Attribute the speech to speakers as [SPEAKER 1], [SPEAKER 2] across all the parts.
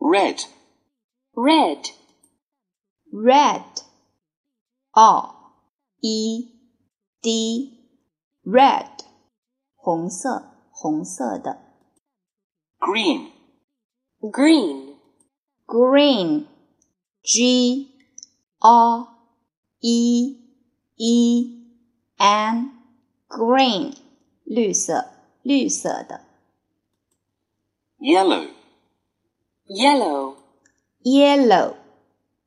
[SPEAKER 1] red,
[SPEAKER 2] red,
[SPEAKER 3] red, r e d, red，红色，红色的
[SPEAKER 1] green,
[SPEAKER 2] green,
[SPEAKER 3] green, g r e e n, green，绿色，绿色的
[SPEAKER 1] yellow,
[SPEAKER 2] yellow,
[SPEAKER 3] yellow,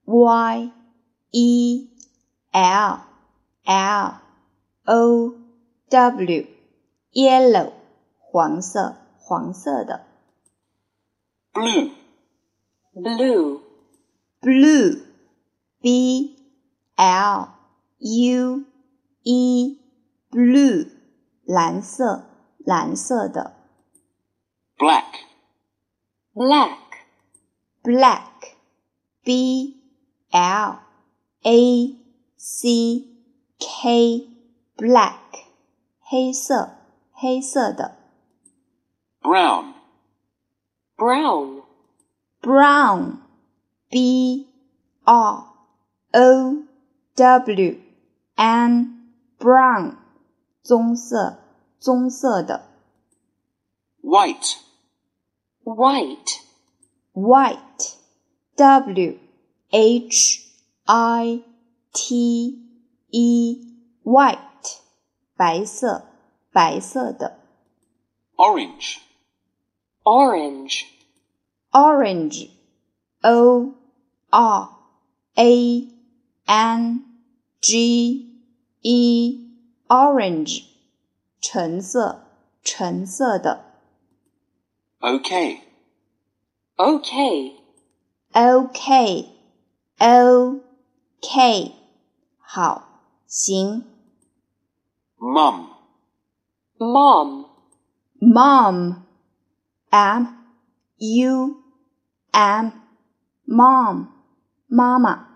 [SPEAKER 3] y e l l o w, yellow，黄色，黄色的。
[SPEAKER 1] blue,
[SPEAKER 2] blue,
[SPEAKER 3] blue, b l u e, blue, 蓝色，蓝色的
[SPEAKER 1] black,
[SPEAKER 2] black,
[SPEAKER 3] black, b l a c k, black, 黑色，黑色的
[SPEAKER 1] brown,
[SPEAKER 2] brown,
[SPEAKER 3] brown, b r o w n, brown, 棕色，棕色的。
[SPEAKER 1] white,
[SPEAKER 2] white,
[SPEAKER 3] white, w h i t e, white, 白色，白色的
[SPEAKER 1] orange,
[SPEAKER 2] orange,
[SPEAKER 3] orange, o r a n g e, orange, 橙色，橙色的
[SPEAKER 1] okay,
[SPEAKER 2] okay,
[SPEAKER 3] o k o k, 好，行。
[SPEAKER 1] mum,
[SPEAKER 2] mom,
[SPEAKER 3] mom, m u m, mom, 妈妈。